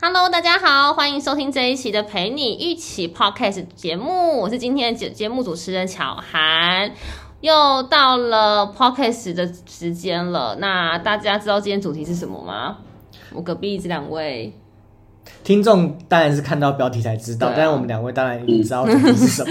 Hello，大家好，欢迎收听这一期的《陪你一起 Podcast》节目，我是今天的节节目主持人巧涵。又到了 Podcast 的时间了，那大家知道今天主题是什么吗？我隔壁这两位听众当然是看到标题才知道，对啊但是我们两位当然也知道主题是什么。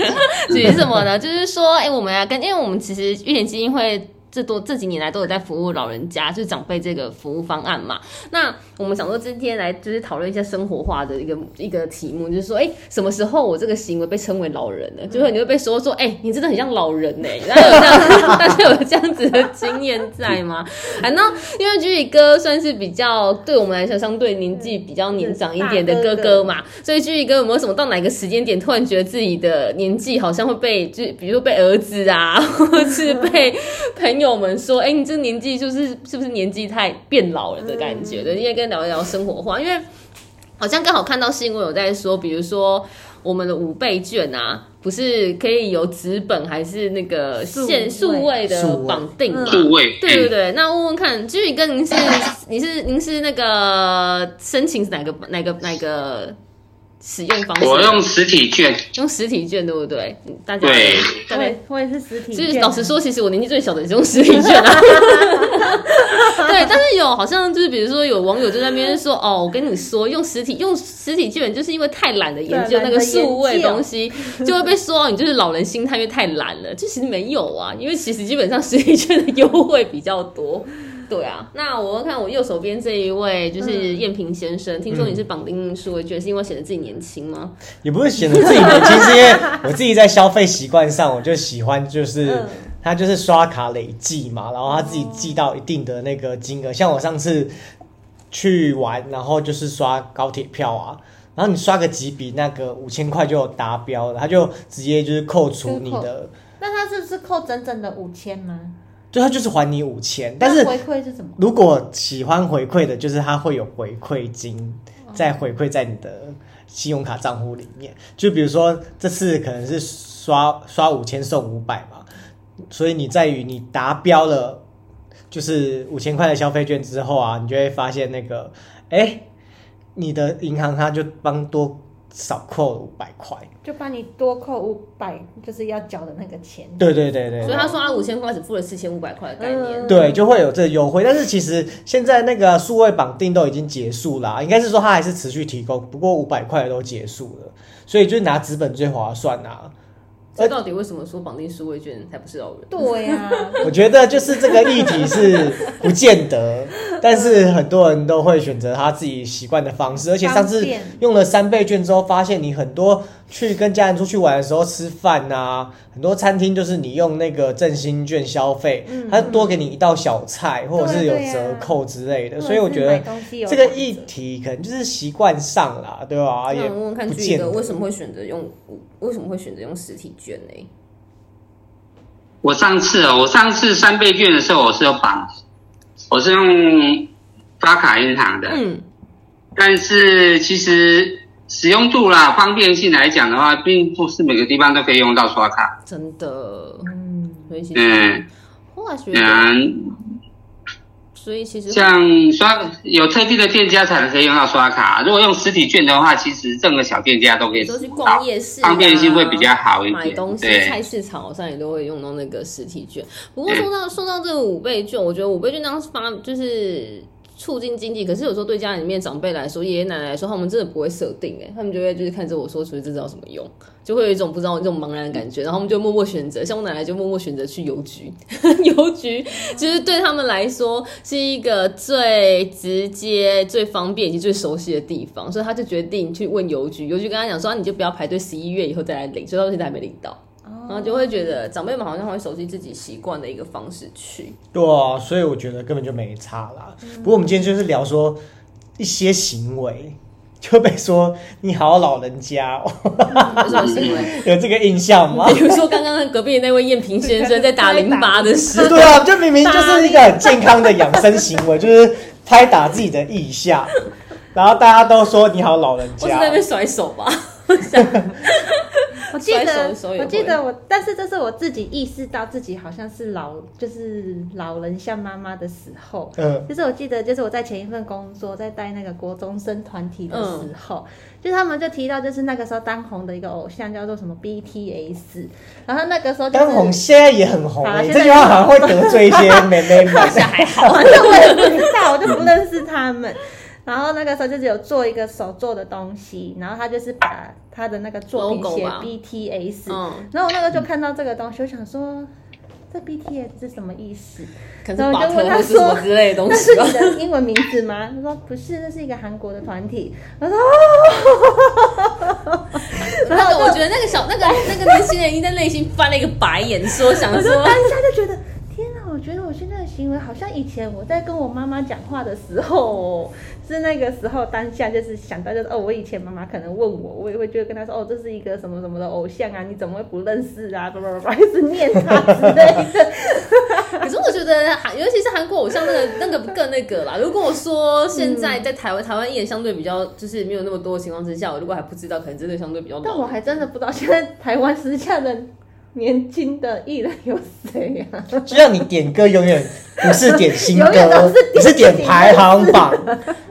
主题是什么呢？就是说，哎、我们要跟，因为我们其实玉田基金会这多这几年来都有在服务老人家，就是长辈这个服务方案嘛。那我们想说今天来就是讨论一下生活化的一个一个题目，就是说，哎、什么时候我这个行为被称为老人呢？就是你会被说说，哎、你真的很像老人呢、 欸。然后有这样，大家有这样子的经验在吗？ 啊，那因为菊宇哥算是比较对我们来说相对年纪比较年长一点的哥哥嘛，所以菊宇哥有没有什么到哪个时间点突然觉得自己的年纪好像会被，就比如说被儿子啊，或是被朋友们说，哎、你这年纪就是是不是年纪太变老了的感觉？对，因为跟聊一聊生活化，因为好像刚好看到新闻有在说，比如说我们的五倍券啊。不是可以有纸本还是那个线数位数位的数位绑定嘛？数位，对对对，那问问看，居宇哥，您是你是您是那个申请是哪个哪个哪个使用方式？嗯我用实体券，用实体券，对不对？大家对，大我概也我也是实体其店，实老实说，其实我年纪最小的也是用实体券 啊。对，但是有好像就是比如说有网友就在那边说，哦，我跟你说，用实体用实体券就是因为太懒得研究对那懒得个数位研究东西，就会被说哦你就是老人心态，因为太懒了。就其实没有啊，因为其实基本上实体券的优惠比较多。对啊，那我看我右手边这一位就是嗯燕平先生，听说你是绑定数位券，是因为显得自己年轻吗？也不是显得自己年轻，是因为我自己在消费习惯上，我就喜欢就是嗯他就是刷卡累计嘛，然后他自己记到一定的那个金额。像我上次去玩，然后就是刷高铁票啊。然后你刷个几笔，那个五千块就有达标了，他就直接就是扣除你的，那他是不是扣整整的五千吗？就他就是还你五千，但是那回馈是什么？如果喜欢回馈的，就是它会有回馈金再回馈在你的信用卡账户里面。就比如说这次可能是刷刷五千送五百嘛，所以你在于你达标了，就是五千块的消费券之后啊，你就会发现那个，哎、你的银行它就帮多少扣了五百块。就帮你多扣五百，就是要缴的那个钱。对对对对对所以他说他五千块只付了四千五百块的概念。嗯对，就会有这个优惠。但是其实现在那个数位绑定都已经结束啦、应该是说它还是持续提供，不过五百块都结束了，所以就拿纸本最划算啊。这到底为什么说绑定数位券才不是老人？对 呀、我觉得就是这个议题是不见得，但是很多人都会选择他自己习惯的方式，而且上方次便用了三倍券之后，发现你很多去跟家人出去玩的时候吃饭啊，很多餐厅就是你用那个振兴券消费，嗯他多给你一道小菜，或者是有折扣之类的，所以我觉得啊或者是买东西有这个打折议题可能就是习惯上啦，对吧？那也嗯我问问看，不俊宇见哥得。为什么会选择用，为什么会选择用实体券呢？我上次哦，我上次三倍券的时候，我是有绑，我是用发卡银行的，嗯，但是其实使用度啦、方便性来讲的话，并不是每个地方都可以用到刷卡。真的，嗯，所以其实嗯后来觉得，嗯，所以其实像刷有特定的店家才可以用到刷卡，如果用实体券的话，其实任何小店家都可以都去用逛到，夜市、啊，方便性会比较好一点。买东西、对菜市场好像也都会用到那个实体券。不过说到说到这个五倍券，我觉得五倍券当时发就是促进经济，可是有时候对家里面长辈来说，爷爷奶奶来说，他们真的不会设定哎，他们就会就是看着我说，其实这知道什么用，就会有一种不知道这种茫然的感觉，然后他们就默默选择，像我奶奶就默默选择去邮局， 邮局其实对他们来说是一个最直接、最方便以及最熟悉的地方，所以他就决定去问邮局。邮局跟他讲说，啊你就不要排队十一月以后再来领，所以到现在还没领到。哦然后就会觉得长辈们好像会熟悉自己习惯的一个方式 去。对啊，所以我觉得根本就没差啦。不过我们今天就是聊说一些行为，就被说你好老人家、哦，有什么行为？有这个印象 吗？哎比如说刚刚隔壁的那位燕平先生在打零八的时候， 对啊，这明明就是一个很健康的养生行为，就是拍打自己的腋下，然后大家都说你好老人哦我是家 在，那边甩手吧。我记摔手得手也会我记得我，但是这是我自己意识到自己好像是老，就是老人像妈妈的时候。嗯，就是我记得，就是我在前一份工作，在带那个国中生团体的时候，嗯就是他们就提到，就是那个时候当红的一个偶像叫做什么 BTS，然后那个时候就是当红现在也很红、好啦欸，现这在句话好像会得罪一些妹妹们。还好，反正我也不知道，我就不认识他们。然后那个时候就只有做一个手做的东西，然后他就是把他的那个作品 Logo 写吧 BTS，、嗯，然后我那个就看到这个东西，我想说这 BTS 是什么意思？可能然是巴后我就特问或他是什说么之类的东那西 是吧你。的英文名字吗？他说不是，那是一个韩国的团体。我说哦，然那后个我我觉就得那个小那个那个年轻人已经在内心翻了一个白眼，说想我就说当下就觉 得。天啊，我觉得我现在的行为好像以前我在跟我妈妈讲话的时候、哦，是那个时候当下就是想到就是哦，我以前妈妈可能问我，我也会就会跟她说哦，这是一个什么什么的偶像啊，你怎么会不认识啊？叭叭叭叭，一直念他之类的。 可是我觉得韩，尤其是韩国偶像那个那个更那个啦。如果我说现在在台湾，台湾艺人相对比较就是没有那么多的情况之下，我如果还不知道，可能真的相对比较但我老。还真的不知道现在台湾时下的年轻的艺人有谁呀、啊？就像你点歌永远不是点新永远歌都是，点你是点排行榜。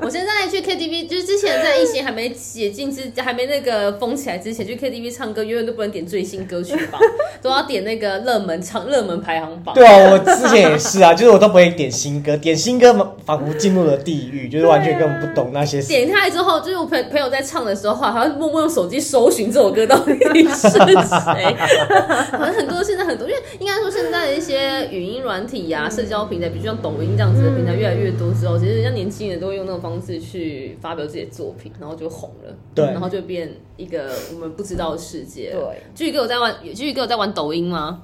我现在去 KTV，就是之前在疫情还没解禁之，还没那个封起来之前，去 KTV 唱歌，永远都不能点最新歌曲 榜，都要点那个热门唱热门排行榜。对啊，我之前也是啊，就是我都不会点新歌，点新歌仿佛进入了地狱，就是完全根本不懂那些事。点开之后，就是我朋朋友在唱的时候，还会默默用手机搜寻这首歌到底是 谁。好像很多现在很多，因为应该说现在的一些语音软体嗯呀、社交平台，比如像抖音这样子的平台越来越多之后，其实人家年轻人都会用那种方式去发表自己的作品，然后就红了，对然后就变一个我们不知道的世界。对，巨哥有在玩，巨哥有在玩抖音 吗？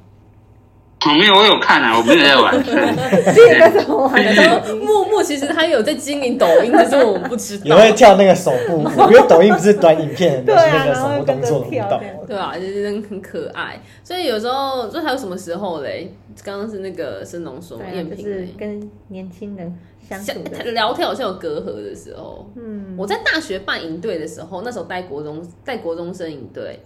我没有，我有看啊，我没有在玩。 这个什么玩然的后默默其实他有在经营抖音，只是我们不知也道。会跳那个手部舞，因为抖音不是短影片，都对是啊那个手部动作的舞然后蹈跟着跳这。样对啊，就是真的很可爱。所以有时候，就还有什么时候嘞？刚刚是那个生龙说嘛，对艳啊，就萍是嘞跟年轻人相像处的，聊天好像有隔阂的时候。嗯，我在大学办营队的时候，那时候带国中带国中生营队，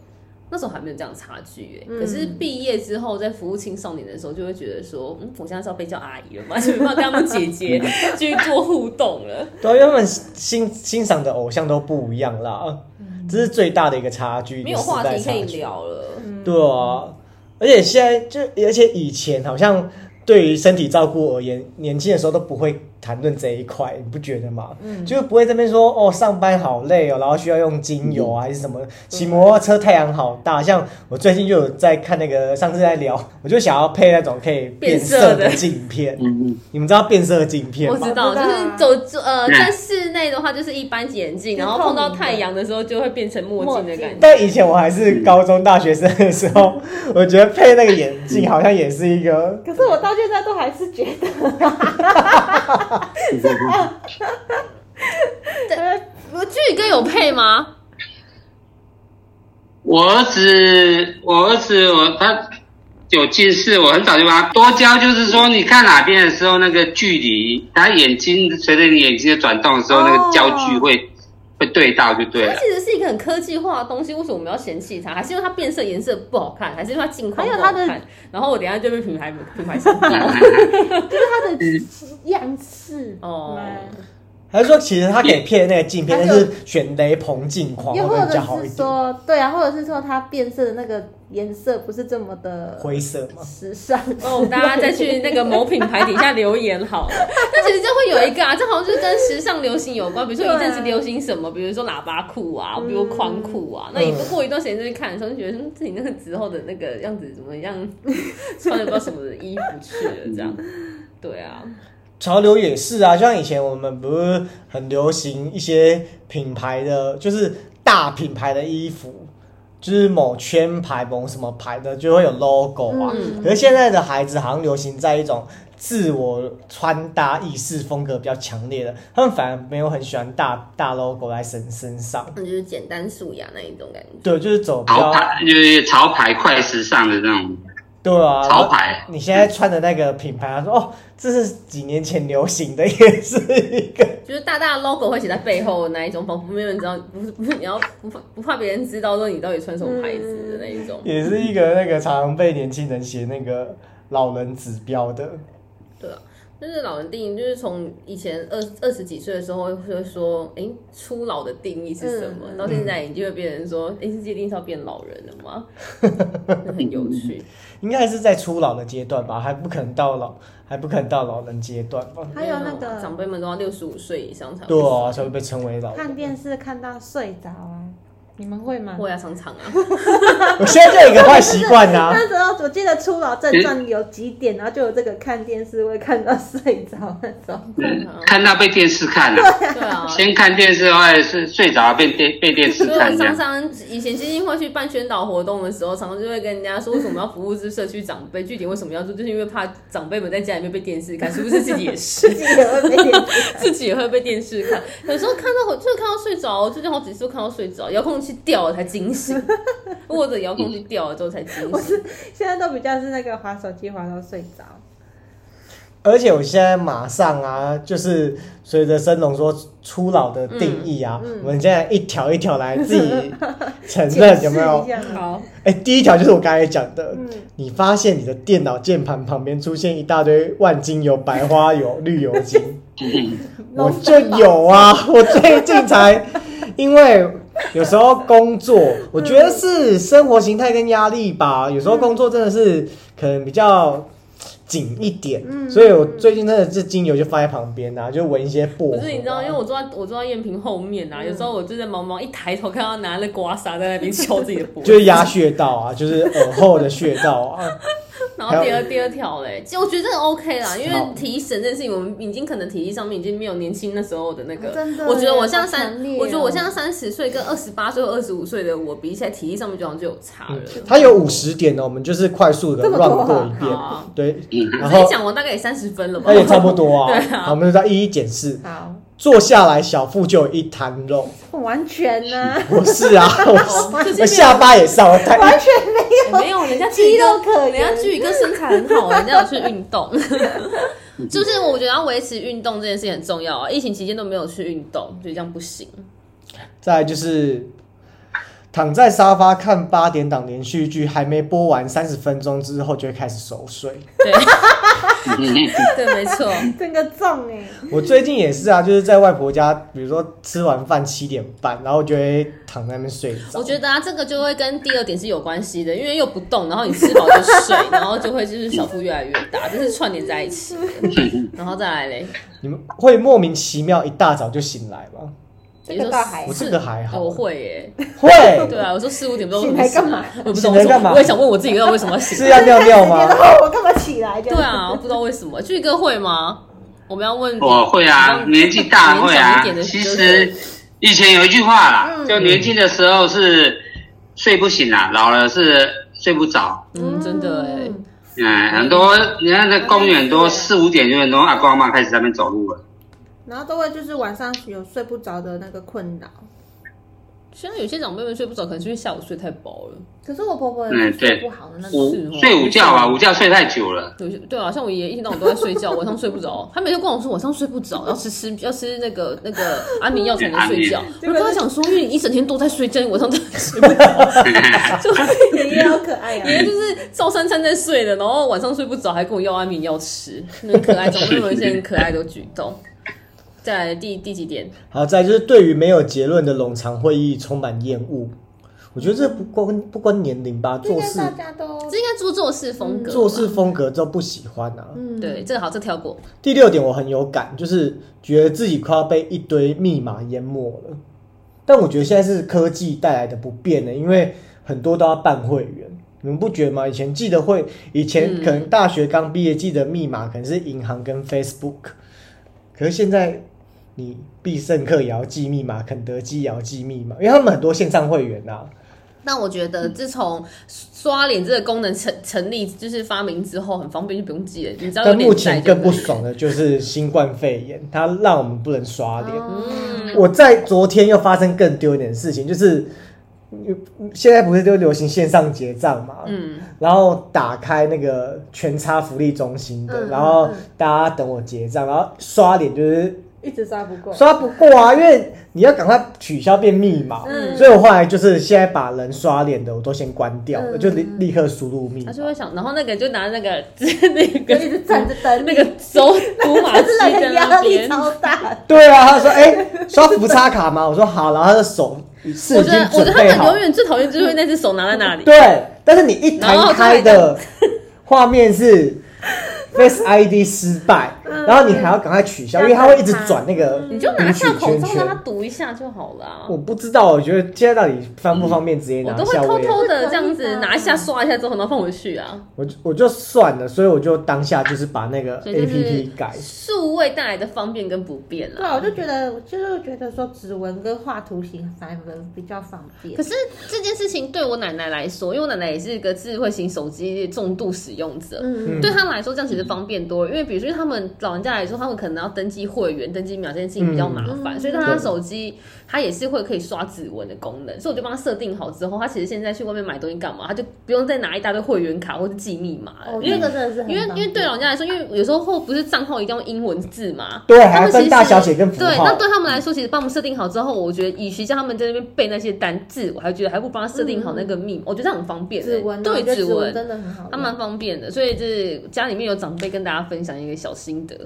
那时候还没有这样差距哎、嗯可是毕业之后，在服务青少年的时候，就会觉得说，嗯，我现在是要被叫阿姨了吗？ 就没办法跟他们姐姐去做互动 了。对啊，因为他们欣欣赏的偶像都不一样啦，啊这是最大的一个差距，没一有个时话代题可差以距。聊了。对啊，而且现在就，而且以前好像对于身体照顾而言，年轻的时候都不会谈论这一块，你不觉得吗？嗯，就是不会这边说哦，上班好累哦，然后需要用精油啊，还是什嗯么，骑摩托车太阳好大。像我最近就有在看那个，上次在聊，我就想要配那种可以变色变色的的镜片。嗯嗯，你们知道变色的镜片我吗？知道，我就知道啊是走呃，嗯在室内的话就是一般眼镜，是然后碰到透明的太阳的时候就会变成墨镜的感觉。但以前我还是高中大学生的时候，我觉得配那个眼镜好像也是一个可是我到现在都还是觉嗯得，我巨哥有配吗？我儿子，我儿子，我他有近视，我很早就帮他多教，就是说你看哪边的时候，那个距离，他眼睛随着你眼睛的转动的时候，那个焦距会会对到就对啊它了。其实是一个啊很科技化的东西，为什么我们要嫌弃它？还是因为它变色颜色不好看，还是因为它镜框还不有好它的看？然后我等一下就被品牌品牌嫌弃。就是他的样式哦吗还是说，其实他可以骗那个镜片，他但就是选雷朋镜框会又不会或比较好者一是点？说，对啊，或者是说它变色的那个颜色不是这么的灰色嘛，时尚，那我们哦大家再去那个某品牌底下留言好 了。那其实就会有一个啊，这好像就是跟时尚流行有关。比如说一阵子流行什么，比如说喇叭裤啊，比如宽裤啊。那你嗯过一段时间就去看的时候，就觉得嗯自己那个时候的那个样子怎么样， 穿着不知道什么的衣服去了这样。对啊，潮流也是啊，就像以前我们不是很流行一些品牌的，就是大品牌的衣服，就是某圈牌、某什么牌的，就会有 logo 啊。嗯可是现在的孩子好像流行在一种自我穿搭意识风格比较强烈的，他们反而没有很喜欢大大 logo 在身身上。那嗯就是简单素雅那一种感觉。对，就是走比潮较牌就是潮牌快时尚的那种，对啊，潮牌你现在穿的那个品牌，他说哦，这是几年前流行的，也是一个 就是大大的 logo 会写在背后的那一种，仿佛没有人知道，不是不是你要不怕不怕别人知道说你到底穿什么牌子的那一种。也是一个那个常常被年轻人写那个老人指标的。对啊，就是老人定义，就是从以前二二十几岁的时候会说，哎、初老的定义是什么？嗯到现在已经会变成说，哎、是界定是要变老人了 吗？很有趣。嗯应该还是在初老的阶段吧，还不可能到老，还不可能到老人阶段吧？还有那个因为长辈们都要六十五岁以上才对啊，才会被称为老看人。电视看到睡着啊，你们会吗？货架商场 啊，我现在就有一个坏习惯啊，那时候我记得《初老症状》有几点，然后就有这个看电视会看到睡着那 种。嗯看到被电视看了、对啊。先看电视，后来是睡着被电被电视所以看我这常样。常以前基金会去办宣导活动的时候，常常就会跟人家说，为什么要服务是社区长辈？据点为什么要做？就是因为怕长辈们在家里面被电视看，是不是自己也是？自己也会被电 视自己也会被电视看，有时候看到我就是看到睡着，我最近好几次都看到睡着，遥控器掉了才惊 醒，或者遥控器掉了之后才惊醒。现在都比较是那个滑手机滑到睡 着，而且我现在马上啊，就是随着生龙说初老的定义啊，我们现在一条一条来自己承认有没有解释？一下好，哎、第一条就是我刚才讲的，嗯你发现你的电脑键盘旁边出现一大堆万金油、白花油、绿油 精，我就有啊，我最近才，因为有时候工作，我觉得是生活形态跟压力吧，有时嗯候工作真的是可能比较。紧一点，嗯所以我最近真的是精油就放在旁边啊，就闻一些薄荷啊。不是你知道，因为我坐在我坐在艳萍后面嗯啊，有时候我就在茫茫一抬头看到拿了刮痧在那边敲自己的脖就子。是压穴道啊，就是耳后的穴 道啊。然后第二第二条嘞，其实我觉得这个 OK 啦，因为提神这件事情，我们已经可能体力上面已经没有年轻那时候的那个。啊真的耶我觉得我像好三强烈，哦我觉得我像三十岁跟二十八岁、二十五岁的我比起来，体力上面就好像就有差了。它有五十点呢，哦我们就是快速的这么多乱啊过一遍好啊，对，然所以后讲完大概也三十分了吧那？也差不多啊 对啊，好我们就在一一检视。好，坐下来，小腹就有一滩肉。完全 呢、我是啊，我哦就是是我下巴也上，我太 完全没有。没有，人家巨哥肌肉可言人家巨哥身材很好，人家有去运 动，就是我觉得要维持运动这件事情很重要啊。疫情期间都没有去运动，所以这样不行。再来就是躺在沙发看八点档连续剧，还没播完三十分钟之后就会开始熟睡。对 对，没错，整个重哎、我最近也是啊，就是在外婆家，比如说吃完饭七点半，然后就会躺在那边睡着。我觉得啊，这个就会跟第二点是有关系的，因为又不动，然后你吃饱就睡，然后就会就是小腹越来越大，这是串联在一起的。然后再来嘞，你们会莫名其妙一大早就醒来 吗？这个倒还比如好我说四这个还好哦我会耶，会，对啊，我说四五点不知道为什醒么来干嘛？我也不知道醒来为什干嘛么，我也想问我自己，到底为什么要醒是？要尿 尿吗？然后我干嘛起来这对样？啊， 我不知道为什么。俊哥会吗？我们要问。我会啊，年纪大会啊。其实以前有一句话啦，就年轻的时候是睡不醒啦，老了是睡不着。嗯，真的哎、嗯，很多你看在公园都四五点就很多阿公阿妈开始在那边走路了。然后都会就是晚上有睡不着的那个困扰。现在有些长辈们睡不着，可能是因为下午睡太饱了。可是我婆婆也嗯是睡对不好的那种，午睡午觉啊，午觉睡太久 了。有些对啊，像我爷爷一天到晚都在睡觉，晚 上睡不着。他每天跟我说晚上睡不着，要吃吃要吃那个那个安眠药才能睡觉。我就跟他讲说，因为你一整天都在睡觉，你晚上真的睡不着。就爷爷好可爱爷啊。爷 就是照三餐在睡的，然后晚上睡不着还跟我要安眠药吃，很可爱，总是有一些很可爱的举动。再来第第几点？好，再来就是对于没有结论的冗长会议充满厌恶。我觉得这不关不关年龄吧，应做该事大家都这应该做做事风格吧。做嗯事风格都不喜欢啊。嗯对，这个好，这跳过。第六点我很有感，就是觉得自己快要被一堆密码淹没了。但我觉得现在是科技带来的不便呢，因为很多都要办会员，你们不觉得吗？以前记得会，以嗯前可能大学刚毕业记得密码可能是银行跟 Facebook，可是现在你必胜客也要记密码，肯德基也要记密码，因为他们很多线上会员啊。但我觉嗯得自从刷脸这个功能成成立，就是发明之后，很方便，就不用记了。你知道有但目脸在前就更可不以。爽的就是新冠肺炎，它让我们不能刷脸。哦嗯，我在昨天又发生更丢脸的事情，就是现在不是都流行线上结账嘛？嗯，然后打开那个全差福利中心的，嗯然后嗯嗯大家等我结账，然后刷脸就是一直抓不过。刷不过啊，因为你要赶快取消变密码，嗯所以我后来就是现在把人刷脸的我都先关掉了，嗯就立立刻输入密码他。就会想，然后那个人就拿那个 那就个一直站着等那个 走读马机真的在压那力边。超大。对啊，他说哎、刷福差卡吗？我说好，然后他的手是我已觉得经我觉得准他备们好永，远最讨厌就是那只手拿在那里。 对，啊但是你一然后弹就开会的画面是 Face ID 失败，嗯然后你还要赶快取消，因为他会一直转那个你就拿读取下口圈罩让他圈。读一下就好了。啊我不知道，我觉得现在到底方不方便直接我拿都会下偷我也偷的这样子拿一下刷一下之后，然后放回去啊。我就我就算了，所以我就当下就是把那个所以 A 就 P P 是改。数位带来的方便跟不便对啦。啊，我就觉得，就是觉得说指纹跟画图形反而比较方便可。是这件事情对我奶奶来说，因为我奶奶也是一个智慧型手机重度使用者，嗯，对他们来说，这样其实方便多了。因为比如说，他们老人家来说，他们可能要登记会员、登记秒这件事情比较麻烦，嗯所以他手机他也是会可以刷指纹的功能。所以我就帮他设定好之后，他其实现在去外面买东西干嘛，他就不用再拿一大堆会员卡或者记密码了。哦，因这为个真的是很因为方因为对便老人家来说，因为有时候或不是账号一定要用英文字嘛，对，还他要们其分实大小写跟符对，那号。对他们来说，其实帮我们设定好之后，我觉得与其叫他们在那边背那些单字，我还觉得还不如帮他设定好那个密码，我觉得这样很方便、嗯欸指纹啊，我对觉得指指纹纹，真的很好用。还蛮方便的。所以就是家里面有长辈跟大家分享一个小心得。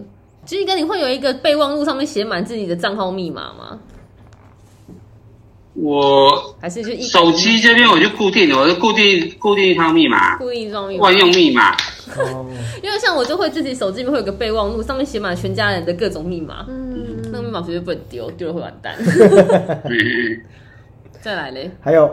其实跟你会有一个备忘录上面写满自己的账号密码吗？我还是就一手机这边我就固定，我就固定固定一套密码，故意装密码万？用密码。哦，因为像我就会自己手机里面会有个备忘录，上面写满全家人的各种密码，那个嗯，密码绝对不能丢，丢了会完蛋。嗯嗯，再来嘞，还有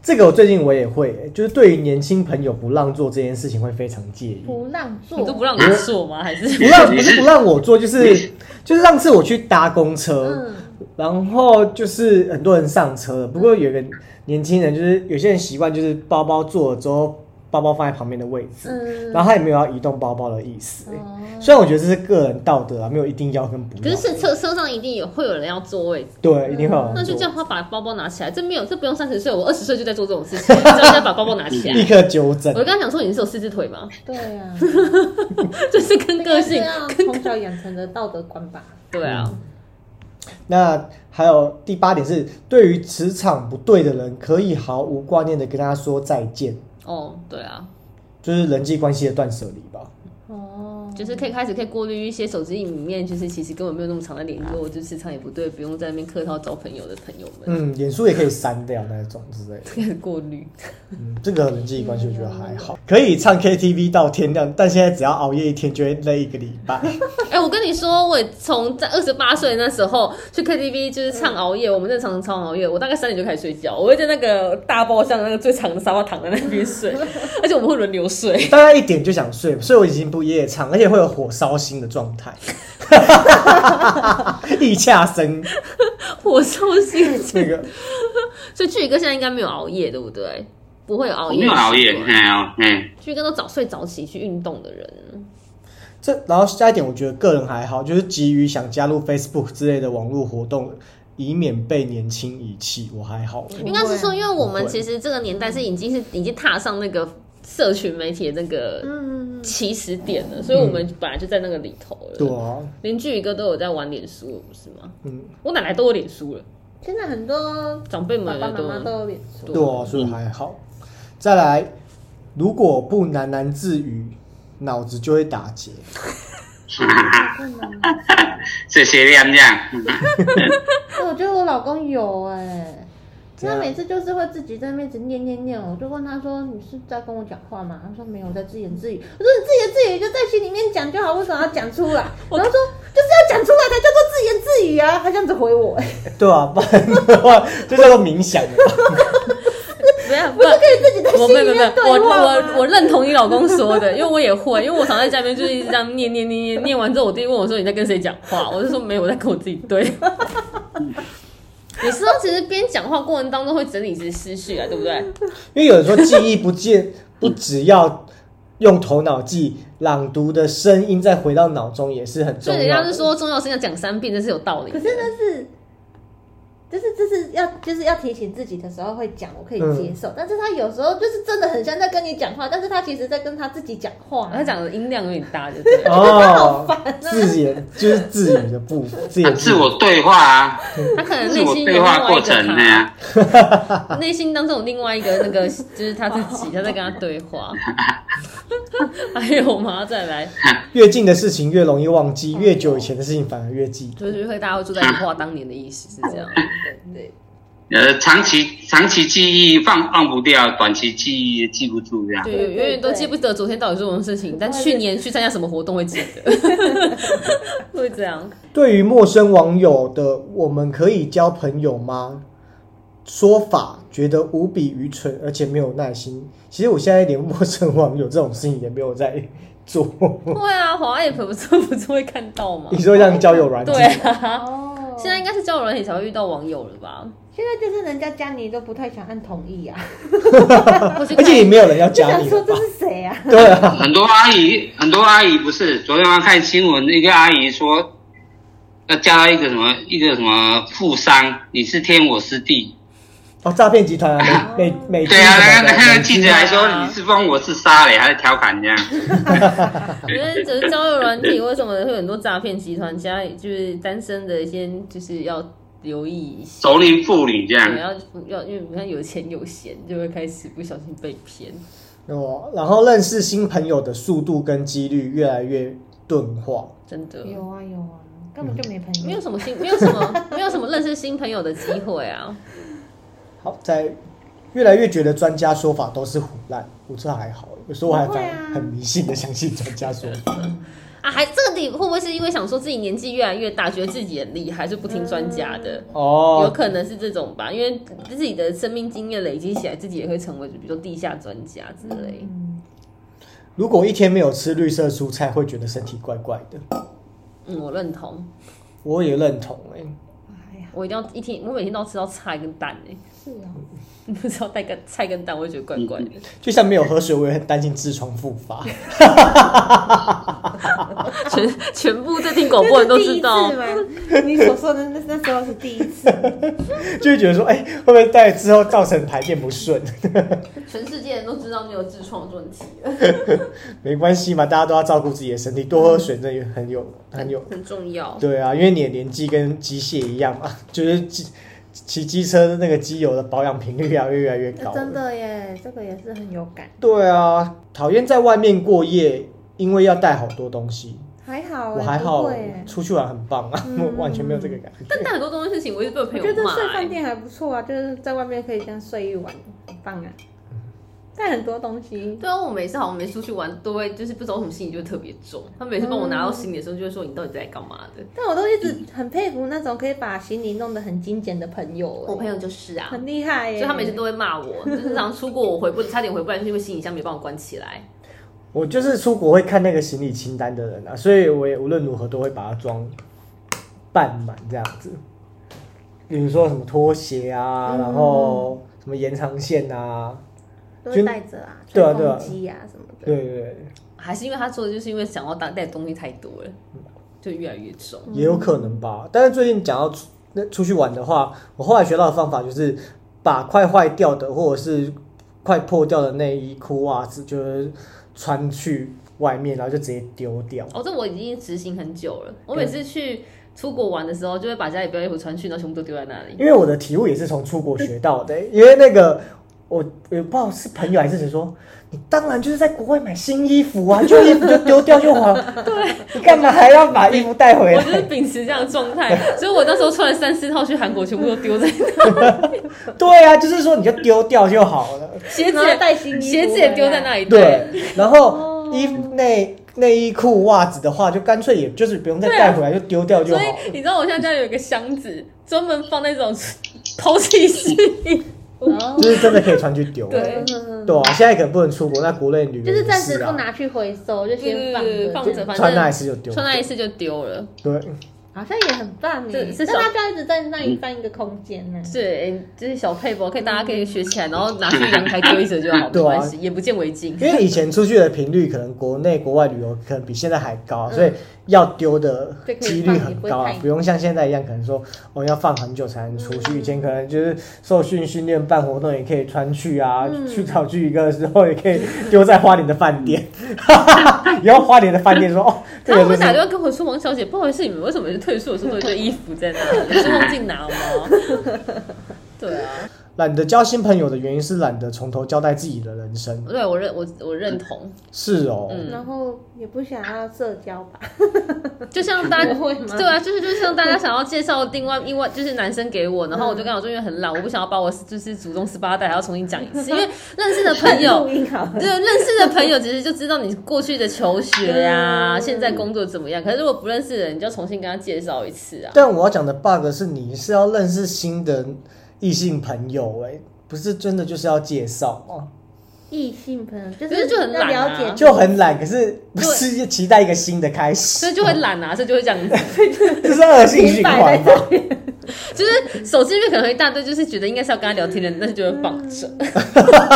这个，我最近我也会，就是对于年轻朋友不让座这件事情会非常介意。不让做，你都不让我做吗？还不是让不你是是不让我做，就是你就是上次我去搭公车，嗯，然后就是很多人上车了，不过有一个年轻人，就是有些人习惯就是包包做了之后，包包放在旁边的位置，嗯然后他也没有要移动包包的意思。哦虽然我觉得这是个人道德啊，没有一定要跟不可要嗯是，是车车上一定有会有人要座位，对，一定会有人那就做叫他把包包拿起来。这没有，这不用三十岁，我二十岁就在做这种事 情，叫人家把包包拿起来。立刻纠正我。就跟他讲说你是有四只腿 吗？对啊，就是跟个性这，样从小养成的道德观吧。对啊，嗯那还有第八点是，对于磁场不对的人，可以毫无挂念的跟他说再见，哦，对啊，就是人际关系的断舍离吧。哦， 就是可以开始可以过滤一些手机里面，就是其实根本没有那么长的联络，就磁场也不对，不用在那边客套找朋友的朋友 们，嗯，脸书也可以删掉那种之类的。可以过滤。嗯，这个人际关系我觉得还好，可以唱 KTV 到天亮，但现在只要熬夜一天就会累一个礼拜。 哎、我跟你说，我从在二十八岁那时候去 KTV 就是唱熬夜，我们正常唱熬夜，我大概三点就开始睡觉，我会在那个大包厢的那个最长的沙发躺在那边 睡，而且我们会轮流睡。大概一点就想睡，所以我已经不夜唱，而且会有火烧心的状态， 易恰生我超心，那个所以巨哥现在应该没有熬夜，对不对？不会有熬我夜，没有熬夜，哎呦，哎，巨哥都早睡早起去运动的人。这，然后下一点我觉得个人还好，就是急于想加入 Facebook 之类的网络活动，以免被年轻遗弃，我还好。应该是说，因为我们不会其实这个年代是已经是已经踏上那个社群媒体的那个嗯，起始点了，所以我们本来就在那个里头了。对啊，连俊宇哥都有在玩脸书了，不是吗？嗯，我奶奶都有脸书了，现在很多长辈爸们爸也妈妈都都有脸书，对啊，所以还好。再来，如果不喃喃自语，脑子就会打结。啊啊这些量这样，啊哎我觉得我老公有哎。怎他样每次就是会自己在那边一直念念念，我就问他说：“你是在跟我讲话吗？”他说：“没有，我在自言自语。”我说：“你自言自语就在心里面讲就好，为什么要讲出来？”然后说：“就是要讲出来才叫做自言自语啊！”他这样子回我、哎对啊，不然的话就叫做冥想了。不要不不是要。可以自己在我心没里有没有面，我对话吗我我认同你老公说的，因 为我也会，因为我常在家里面就是一直这样念念念念念完之后，我弟问我说你在跟谁讲话，我就说没有，我在跟我自己 对。有时候其实边讲话过程当中会整理自己思绪啊，对不嗯对？ 因为有人说记忆不见，不只要用头脑记，朗读的声音再回到脑中也是很所重以人要家的是。说重要的事情要讲三遍，这是有道理可的。是那是就是这是要就是要提醒自己的时候会讲，我可以接嗯受，但是他有时候就是真的很像在跟你讲话，但是他其实在跟他自己讲话。他讲的音量有点大，就对了。哦，自言就是自语的部分，自 啊言自语我对话啊，他可能自内我心有对另话外过一个程呢、他， 内心当中有另外一个那个 就是他自己，他在跟他对话。 还有吗？再来，越近的事情越容易忘记，越久以前的事情反而越记得。就是会大家会住在你话当年的意思是这样。对对，呃，长期长期记忆放忘不掉，短期记忆也记不住这 样。对，永远都记不得昨天到底做什么事情，但去年去参加什么活动会记 得，会这 样。对于陌生网友的“我们可以交朋友吗”说法，觉得无比愚蠢，而且没有耐心。其实我现在连陌生网友这种事情也没有在做。会啊，滑 app 不是不是会看到吗你？说像交友软件，对啊，哦，现在应该是交友软体才会遇到网友了 吧？现在就是人家加你都不太想按同意啊，或是而且也没有人要就加想你说了这吧？是谁啊？ 对啊，很多阿姨，很多阿姨不是，昨天我看新闻，一个阿姨说，要嫁到一个什么一个什么富商，你是天我是地。哦，诈骗集团啊，美美美对 啊，那金什么个那的个记者还说 你是风我是沙嘞，还在调侃这样。我觉得只是交友软体为什么会有很多诈骗集团，加就是单身的先就是要留意一下。熟龄妇女这样对，要要，因为你看有钱有闲，就会开始不小心被骗。哦，然后认识新朋友的速度跟几率越来越钝化。真的有啊有啊，根本就没朋友。没有什么新，没有什么，没有什么认识新朋友的机会啊。好，在越来越觉得专家说法都是胡乱，我这还好，有时候我还不会反啊而很迷信的相信专家说 法。啊，还这个你会不会是因为想说自己年纪越来越大，觉得自己很厉害，就不听专家的？嗯有哦，可能是这种吧，因为自己的生命经验累积起来，自己也会成为比如说地下专家之类。嗯，如果一天没有吃绿色蔬菜，会觉得身体怪怪的。嗯，我认同，我也认同哎、嗯哎呀，我一定要一天，我每天都要吃到菜跟蛋诶、是啊，你 不知道带个菜跟蛋，我就觉得怪怪的。嗯就像没有喝水，我也很担心痔疮复发。 全 全部在听广播的人都知道啊那，是第 一次吗？你所说的那那时候是第一次，就会觉得说，哎、会不会在之后造成排便不顺？全世界人都知道你有痔疮的问题了，没关系嘛，大家都要照顾自己的身体，多喝水真的也很有嗯很有。很重要。对啊，因为你的年纪跟机械一样嘛， 就是机骑机车的那个机油的保养频率越来越越来越高了。呃真的耶，这个也是很有感。对啊，讨厌在外面过夜，因为要带好多东西。还好我耶，还好哦不会耶，出去玩很棒啊，嗯 我完全没有这个感觉。但很多东西事情，我一直被我我朋友觉得骂、睡饭欸。店还不错啊，就是在外面可以这样睡一晚，很棒啊。带很多东西，对啊，我每次好像没出去玩，都会就是不知道为什么心里就会特别重。他每次帮我拿到行李的时候，就会说你到底在干嘛的。但我都一直很佩服那种可以把行李弄得很精简的朋友耶。我朋友就是啊，很厉害耶，所以他每次都会骂我，就是常出国我回不差点回不来，就是因为行李箱没帮我关起来。我就是出国会看那个行李清单的人啊，所以我也无论如何都会把它装半满这样子。比如说什么拖鞋啊，然后什么延长线啊，都会带着啊，对吹啊对啊风机啊什么的。对对对，还是因为他说的就是因为想要带带东西太多了，嗯就越来越重。也有可能吧。但是最近讲到出那出去玩的话，我后来学到的方法就是把快坏掉的或者是快破掉的内衣、裤、袜子，就是穿去外面，然后就直接丢掉。哦，这我已经执行很久了。我每次去出国玩的时候，就会把家里不要衣服穿去，然后全部都丢在那里。因为我的体悟也是从出国学到的、因为那个我我也不知道是朋友还是谁说，你当然就是在国外买新衣服啊，旧衣服就丢掉就好， 对，你干嘛还要把衣服带回我就是 来？秉持这样的状态，所以我那时候穿了三四套去韩国，全部都丢在那，对啊，就是说你就丢掉就好了， 鞋子然后也带新衣服鞋子也丢在那里。对，哦然后衣内内衣裤袜子的话，就干脆也就是不用再带回来，就丢掉就所好以了。你知道我现在家里有一个箱子，专门放那种 抛弃式衣服。哦就是真的可以穿去丢，对 对啊，现在可能不能出国，那国内旅游嗯就是也暂是时啊不拿去回收，对就先对放对，着。放着，反穿那一正次就丢，穿那一次就丢了。对，好像也很棒这哎，是但小他就要一直在那里占一个空间呢。对，就是小配博，可以大家可以学起来，然后拿去阳台堆着就 好，没对啊关系，也不见为净。因为以前出去的频率可能国内国外旅游可能比现在还高，啊嗯所以要丢的几率很高啊就可以放也不会太，不用像现在一样，可能说我、哦、要放很久才能出嗯去。以前可能就是受训训练办活动也可以穿去啊，嗯去考去一个时候也可以丢在花莲的饭 店，以后花莲的饭店说哦，这然个后我就们打是电话跟我说：“王小姐，不好意思，你们为什么退宿的时候会有一堆衣服在那里？是忘记拿吗？” 对啊，懒得交新朋友的原因是懒得从头交代自己的人生，对我认我我认同，是哦，嗯然后也不想要社交吧，就像 大家不会吗对啊，就是就像大家想要介绍另外另外就是男生给我，然后我就跟我说，因为很懒，我不想要把我就是祖宗十八代还要重新讲一 次，因为认识的朋友录。音好了对，认识的朋友其实就知道你过去的求学呀、啊，嗯现在工作怎么样。可是如果不认识的人，你就重新跟他介绍一次啊。但我要讲的 bug 是，你是要认识新的异性朋友、欸，不是真的就是要介绍吗？异性朋友就可是是就很懒要啊了解，就很懒，可是不是期待一个新的开 始所，以就会懒嗯啊，所以就会这样子。这是恶性循环明白吧？就是手机里面可能一大堆，就是觉得应该是要跟他聊天的，但是就会放着。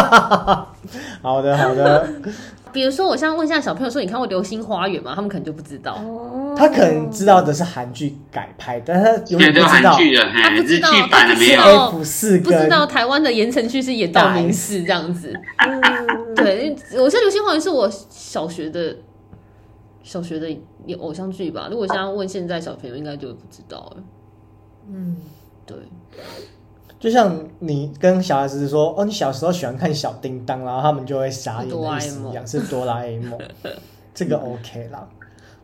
好的，好的，嗯比如说，我现在问一下小朋友说：“你看过《流星花园》吗？”他们可能就不知道，哦他可能知道的是韩剧改拍，但他永对，远都不知韩道剧啊了，他嘿不日知道剧版的没有他。道 F 四哦不知跟道台湾的盐城区是演道明寺这样子。嗯对，因为我觉得《流星花园》是我小学的小学的偶像剧吧。如果现在问现在小朋友，应该就不知道了。嗯，对，就像你跟小孩子说：“哦，你小时候喜欢看小叮当，然后他们就会傻眼的意思一样，是哆啦 A 梦。这个 OK 啦。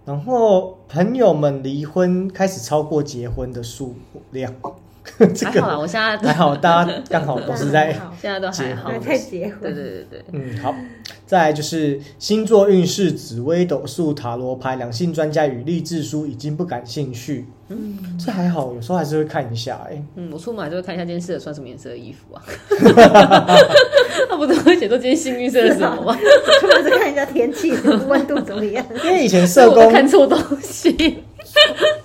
然后朋友们离婚开始超过结婚的数量， 这还好啦，个我现在还好，大家刚 好都是在嗯好 现在都还好还。在结 婚，对对对对，嗯好。再来就是星座运势、紫微斗数、塔罗牌、两性专家与励志书已经不感兴趣。嗯，这还好，有时候还是会看一下、欸。嗯，我出门还是会看一下今天适合穿什么颜色的衣服啊。 他不都会写说今天幸运色是什么吗？出门是看一下天气温度怎么样。因为以前所以 社我都工看错东西。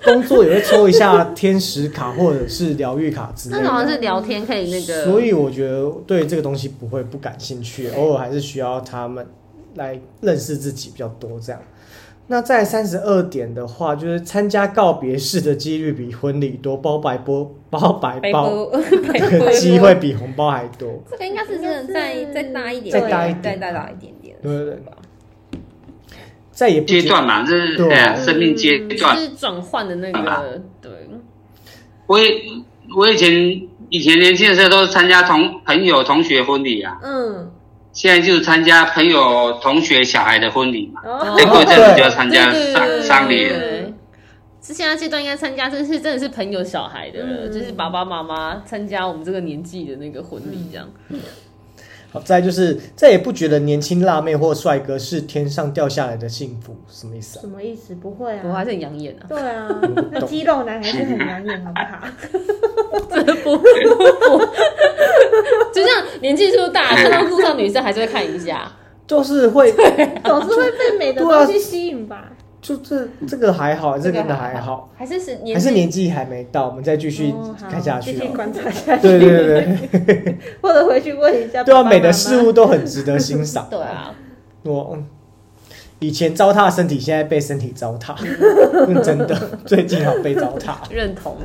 工作也会抽一下天使卡或者是疗愈卡之类那种好的，像是聊天可以那个，所以我觉得对这个东西不会不感兴趣，偶尔还是需要他们来认识自己比较多这样。那在三十二点的话，就是参加告别式的几率比婚礼多，包白包包白白包 波白这个波机会比红包还多。这个应该是真的再再大一点，再大一点再再大一点点。对对对，再也不阶觉段嘛，这是对啊呃生命阶段嗯啊就。是转换的那个，对，我以我以前以前年轻的时候都是参加同朋友同学婚礼啊，嗯，现在就是参加朋友同学小孩的婚礼嘛。哦，再过一阵子就要参对加对丧对丧礼对了。对。是现在阶段应该参加，这是真的是朋友小孩的嗯了，就是爸爸妈妈参加我们这个年纪的那个婚礼这嗯样。好，再来就是再也不觉得年轻辣妹或帅哥是天上掉下来的幸福，什么意思啊什？么意思？不会我啊。还是很养眼啊，对啊，嗯那肌肉男还是很养眼，好不好？ 真的 不不，就像年纪数大，看到路上女生还是会看一下。就是 会总是会被美的对啊东西吸引吧。就这这个还好，这个真的还好，还是是年还纪是年纪还没到，我们再继续哦好看下去继续哦。观察下去。对对对对，或者回去问一下对爸啊，爸妈妈。美的事物都很值得欣赏。对，啊，我嗯以前糟蹋身体，现在被身体糟蹋，嗯真的，最近好被糟蹋。认同，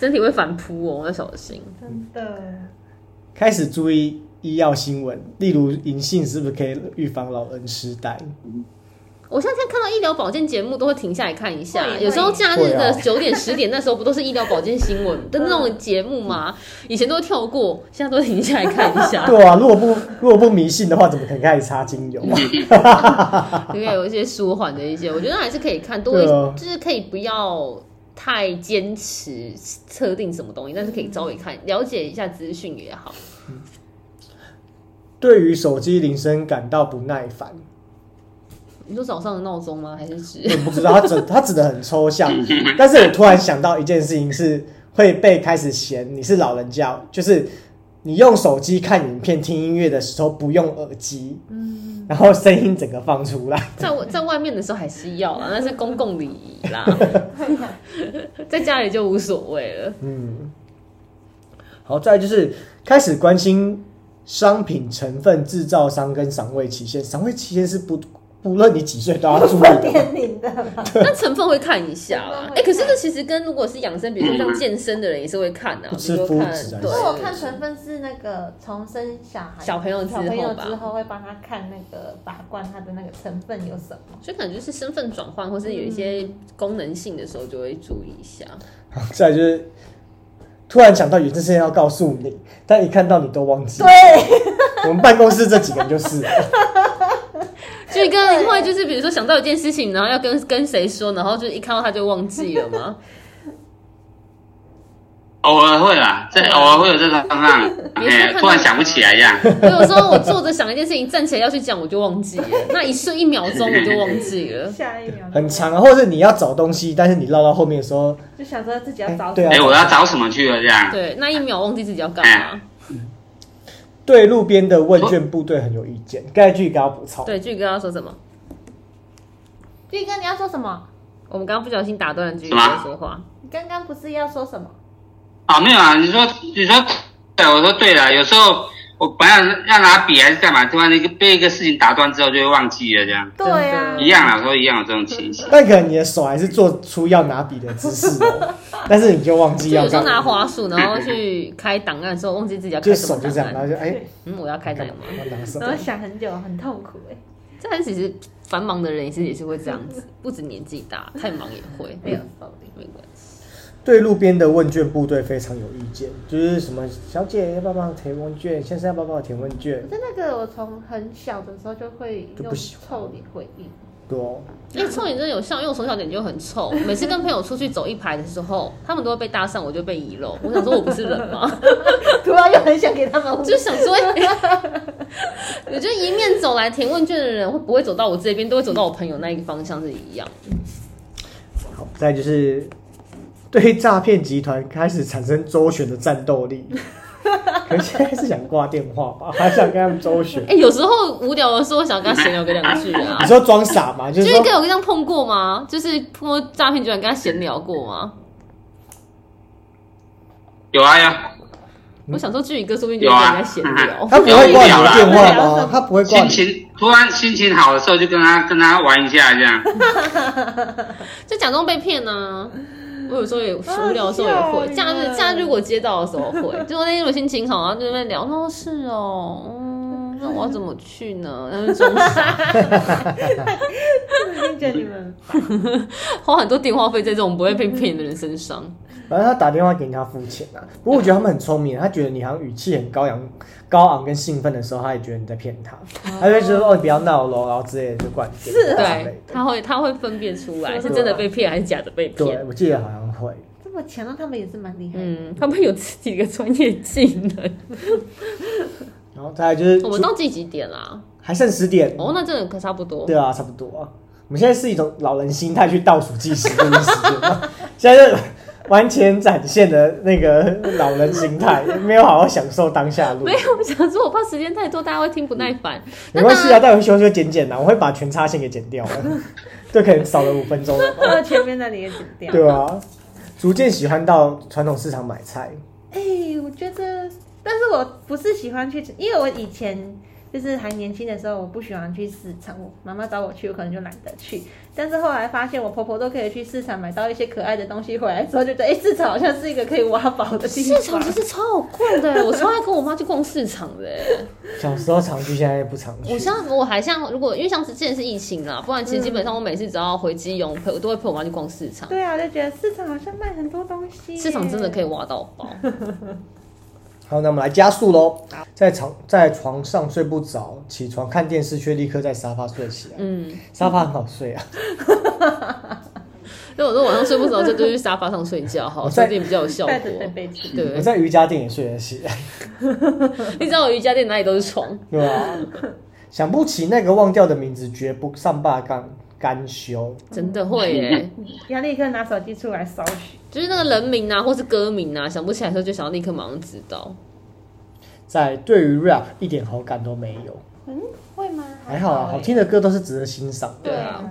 身体会反扑哦，要小心。真的。开始注意医药新闻，例如银杏是不是可以预防老人痴呆？我现在看到医疗保健节目都会停下来看一下，会有时候假日的会啊九点十点那时候不都是医疗保健新闻的那种节目吗？以前都会跳过，现在都会停下来看一下， 对啊，如果不如果不迷信的话，怎么可能开始擦精油啊？因为有一些舒缓的一些，我觉得还是可以看，多一对啊就是可以不要太坚持测定什么东西，但是可以稍微看了解一下资讯也好。对于手机铃声感到不耐烦，你说早上的闹钟吗？还是指我呃不知道，他指他指的很抽象，但是我突然想到一件事情是会被开始嫌你是老人家，就是你用手机看影片、听音乐的时候不用耳机，然后声音整个放出来。 在我在外面的时候还是要啊啦，那是公共礼仪啦，在家里就无所谓了。嗯，好，再来就是开始关心商品成分、制造商跟赏味期限。赏味期限是不不论你几岁都要注意分的。年龄的嘛，那成分会看一下啦，成分哎、会看可是这其实跟如果是养生，比如说像健身的人也是会看的、啊，嗯不比吃如说看麸质啊对所以我看成分是那个从生小孩小朋友之小后吧朋友之后会帮他看那个把关他的那个成分有什么。所以可能就是身份转换，或是有一些嗯功能性的时候就会注意一下。好 再来就是突然想到有这些要告诉你，但一看到你都忘记。对，我们办公室这几个人就是，哎就是跟会就是比如说想到一件事情，然后要跟跟谁说，然后就一看到他就忘记 了吗？偶尔会啦，这偶尔会有这种 状况，你是哎看到，突然想不起来这样。我有时候我坐着想一件事情，站起来要去讲，我就忘记了，那一瞬一秒钟我就忘记了。下一秒很长啊，或者你要找东西，但是你绕到后面的时候，就想说自己要找对啊哎，我要找什么去了这样？对，那一秒忘记自己要干哎嘛。对路边的问卷部队很有意见。该句给他补充。哦对，俊哥要说什么？俊哥，你要说什么？我们刚刚不小心打断了俊哥什么说话。你刚刚不是要说什么？啊，没有啊，你说你说，对，我说对了，有时候我本来要拿笔还是干嘛，突然一个被一个事情打断之后就会忘记了这样。真的对啊，一样啊，说一样有这种情形。但可能你的手还是做出要拿笔的姿 势哦，但是你就忘记就要有时候干拿嘛，滑鼠，然后去开档案的时候，忘记自己要就开什手么就这档样，然案。后就哎，嗯，我要开档案吗？我拿手然后想很久，很痛苦哎、这还是其实繁忙的人也是也是会这样子，不止年纪大，太忙也会。没有手力。没关系。对路边的问卷部队非常有意见，就是什么小姐要不要帮我填问卷，先生要不要帮我填问卷可，是那个我从很小的时候就会就用不喜欢臭脸回应， 对哦，因为臭脸哎真的有效，因为我从小脸就很臭，每次跟朋友出去走一排的时候，他们都会被搭讪，我就被遗漏。我想说，我不是人 吗？突然又很想给 他们就是想说，我觉得迎面走来填问卷的人会不会走到我这边，都会走到我朋友那一个方向是一样。好，再就是 对诈骗集团开始产生周旋的战斗力，可是现在是想挂电话吧，还想跟他们周旋哎、？有时候无聊的时候，我想跟他闲聊个两句啊你。说装傻嘛？就就是是跟说有这样碰过吗？就是碰过诈骗集团跟他闲聊过吗？有啊有，我想说，俊宇哥说不定就跟人家闲聊。他不会挂你的电话聊什吗么？他不会挂心你的情突然心情好的时候就跟他跟他玩一下这 样。就假装被骗呢、我有时候也无聊的时候也好好会，笑哦假日假日如果接到的时候会，就那天我心情好，然后就在那边聊，哦是哦，嗯，那我要怎么去呢？然后就装傻，听着你们花很多电话费在这种不会被骗的人身上。反正他打电话给你，他付钱啊。不过我觉得他们很聪明，啊他觉得你好像语气很高扬、高昂跟兴奋的时候，他也觉得你在骗他，他就会觉得哦，你不要闹咯，然后之类的就挂你电话之类对，的。他会他会分辨出来是真的被骗还是假的被对骗，。我记得好像会。这么强，啊那他们也是蛮厉害的。嗯，他们有自己的专业技能。然后再来就是我们到第几点啦？还剩十点，哦，那真的可差不多。对啊，差不多啊。我们现在是一种老人心态去倒数计时这个时间嘛，现在是完全展现的那个老人心态，没有好好享受当下路。没 有，我想说，我怕时间太多，大家会听不耐烦。没关系啊，待会修修剪剪啦，我会把全插线给剪掉了，就可能少了五分钟了吧。把前面那里也剪 掉。对啊，逐渐喜欢到传统市场买菜，哎、我觉得，但是我不是喜欢去，因为我以前就是还年轻的时候，我不喜欢去市场，我妈妈找我去，我可能就懒得去。但是后来发现，我婆婆都可以去市场买到一些可爱的东西回来之后，就觉得哎、市场好像是一个可以挖宝的地市场方。其实超好逛的，我超爱跟我妈去逛市场的。欸 小时候常去，现在不常去。我像我还像如果因为像之前是疫情啦，不然其实基本上我每次只要回基隆，陪我都会陪我妈去逛市场。对啊，就觉得市场好像卖很多东西。市场真的可以以。挖到宝，好，那我们来加速喽。在床在床上睡不着，起床看电视却立刻在沙发睡起来。嗯，沙发很好睡啊，所以我说晚上睡不着，就就去沙发上睡觉，好， 我在说不定比较有效果带。着背背去，我对，在瑜伽垫也睡得起来，你知道我瑜伽垫哪里都是床，对吧、 想不起那个忘掉的名字，绝不上罢干干休。真的会耶， 要立刻拿手机出来搜寻。就是那个人名啊，或是歌名啊，想不起来的时候就想要立刻马上知道。在对于 rap 一点好感都没有，嗯会吗？还好啊，好 听的歌都是值得欣赏的。对啊啊，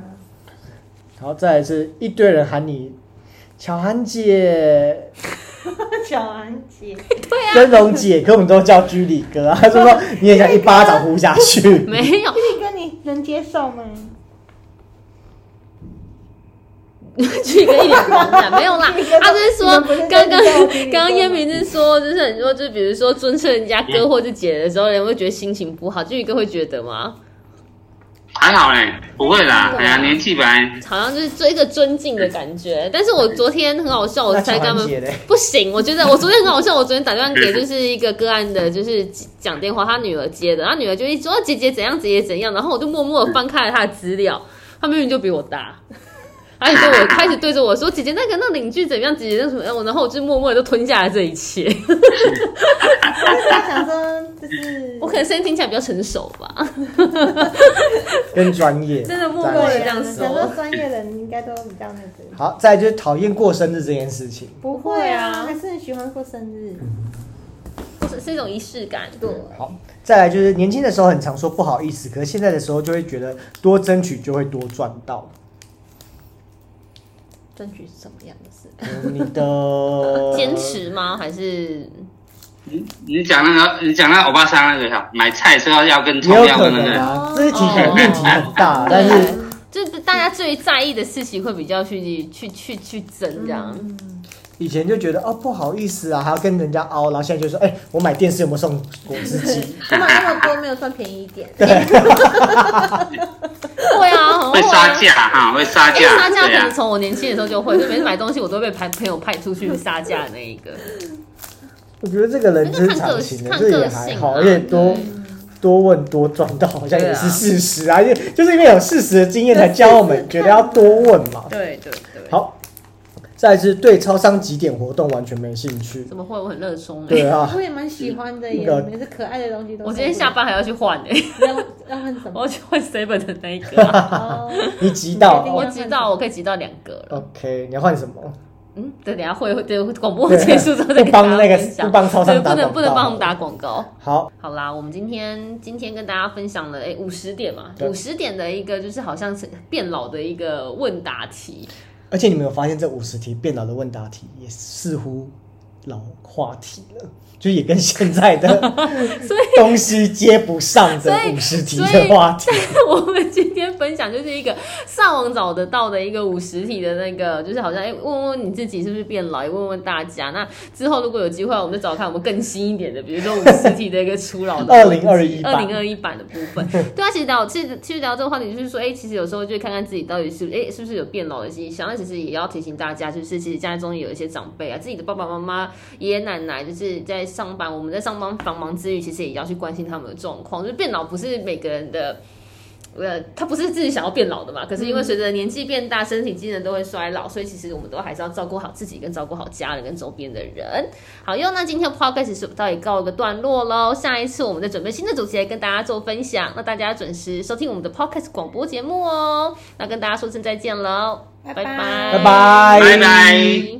然后再来是一堆人喊你巧 涵姐、小安姐，啊跟荣姐，可我们都叫居里 哥啊，他就说你也想一巴掌呼下去，没有，这个你能接受吗？ 去跟一脸茫然，没有啦。他是说你们不是说刚刚你叫我弟弟刚刚燕明是说，就是很多，就比如说尊称人家哥或者姐的时候，人会觉得心情不好，俊宇哥会觉得吗？还好嘞，不会啦，哎呀，年纪本来好像就是做一个尊敬的感觉。但是我昨天很好笑，我那才跟他乔们安姐嘞不行，我觉得我昨天很好笑，我昨天打电 话给就是一个个案的，就是讲电话，他女儿接的，他女儿就一直说哦姐姐怎样，姐姐怎样，然后我就默默的翻开了他的资 料，他明明就比我大。 他也对我开始对着我说：“姐姐，那个那邻居怎么样？姐姐那什么样？”我然后我就默默的吞下了这一切。 我在想说，就是我可能声音听起来比较成熟吧。跟专 业真的默在一起默地对啊这样想说说专业人应该都比较那个。好，再来就是讨厌过生日这件事情。不会啊还是很喜欢过生日。是 是一种仪式感，对，好，再来就是年轻的时候很常说不好意思，可是现在的时候就会觉得多争取就会多赚到。争取什么样的事？嗯你的 坚持吗？还是你你讲那个，你讲那欧巴桑那个哈，买菜之后要跟也葱有要可跟那能个，啊，这一题可能问题很大，但对是，就是大家最在意的事情会比较去去去去争这样。嗯以前就觉得哦不好意思啊，还要跟人家凹，然后现在就说哎、我买电视有没有送果汁 机？我买 那么多没有算便宜一 点，会啊，很会杀啊。价哈，会杀因为哎价，杀价 对啊可能呀，从我年轻的时候就会，就每次买东西我都被派朋友派出去杀价的那一个。我觉得这个人之常情的，这也还好，而且多多问多赚到，好像也是事实啊，就就是因为有事实的经验才教我们觉得要多问嘛。对对对，好，再来是对超商集点活动完全没兴趣。怎么会？我很热衷哎、对啊，我也蛮喜欢的耶那个，每次可爱的东西都。我今天下班还要去换哎、 要要换什 我么？要去换 seven 的那一个 啊、哦，你集 到你我决定哦知道我可以集到两个了。 OK，你要换什么？嗯，对，等一下会会对广播结束之后再对跟大家不帮那个分享不帮超商对打不能广不能告帮我们打广告。好，好啦，我们今天今天跟大家分享了诶五十点嘛，对五十点的一个就是好像是变老的一个问答题，而且你们有发现这五十题变老的问答题也似乎老话题了，就也跟现在的 所以东西接不上的所以五十题所以的话题。 我们今天分享就是一个上网找得到的一个五十题的那个，就是好像哎、诶问问你自己是不是变老，也问问大家。那之后如果有机会，我们就找看我们更新一点的，比如说五十题的一个初老的二零二 一二版零二一版的部分。对啊，其实聊，其实其实聊这个话题，就是说，哎、其实有时候就看看自己到底是哎、是不是有变老的迹象。那其实也要提醒大家，就是其实家中有一些长辈啊，自己的爸爸妈妈、爷爷奶奶，就是在上班，我们在上班繁忙之余，其实也要去关心他们的状况。就是变老不是每个人的。呃，他不是自己想要变老的嘛，可是嗯因为随着年纪变大，身体机能都会衰老，所以其实我们都还是要照顾好自己，跟照顾好家人跟周边的人。好哟，那今天的 podcast 是到也告一个段落喽。下一次我们再准备新的主题来跟大家做分享，那大家准时收听我们的 podcast 广播节目哦。那跟大家说声再见喽，拜拜拜拜，拜拜。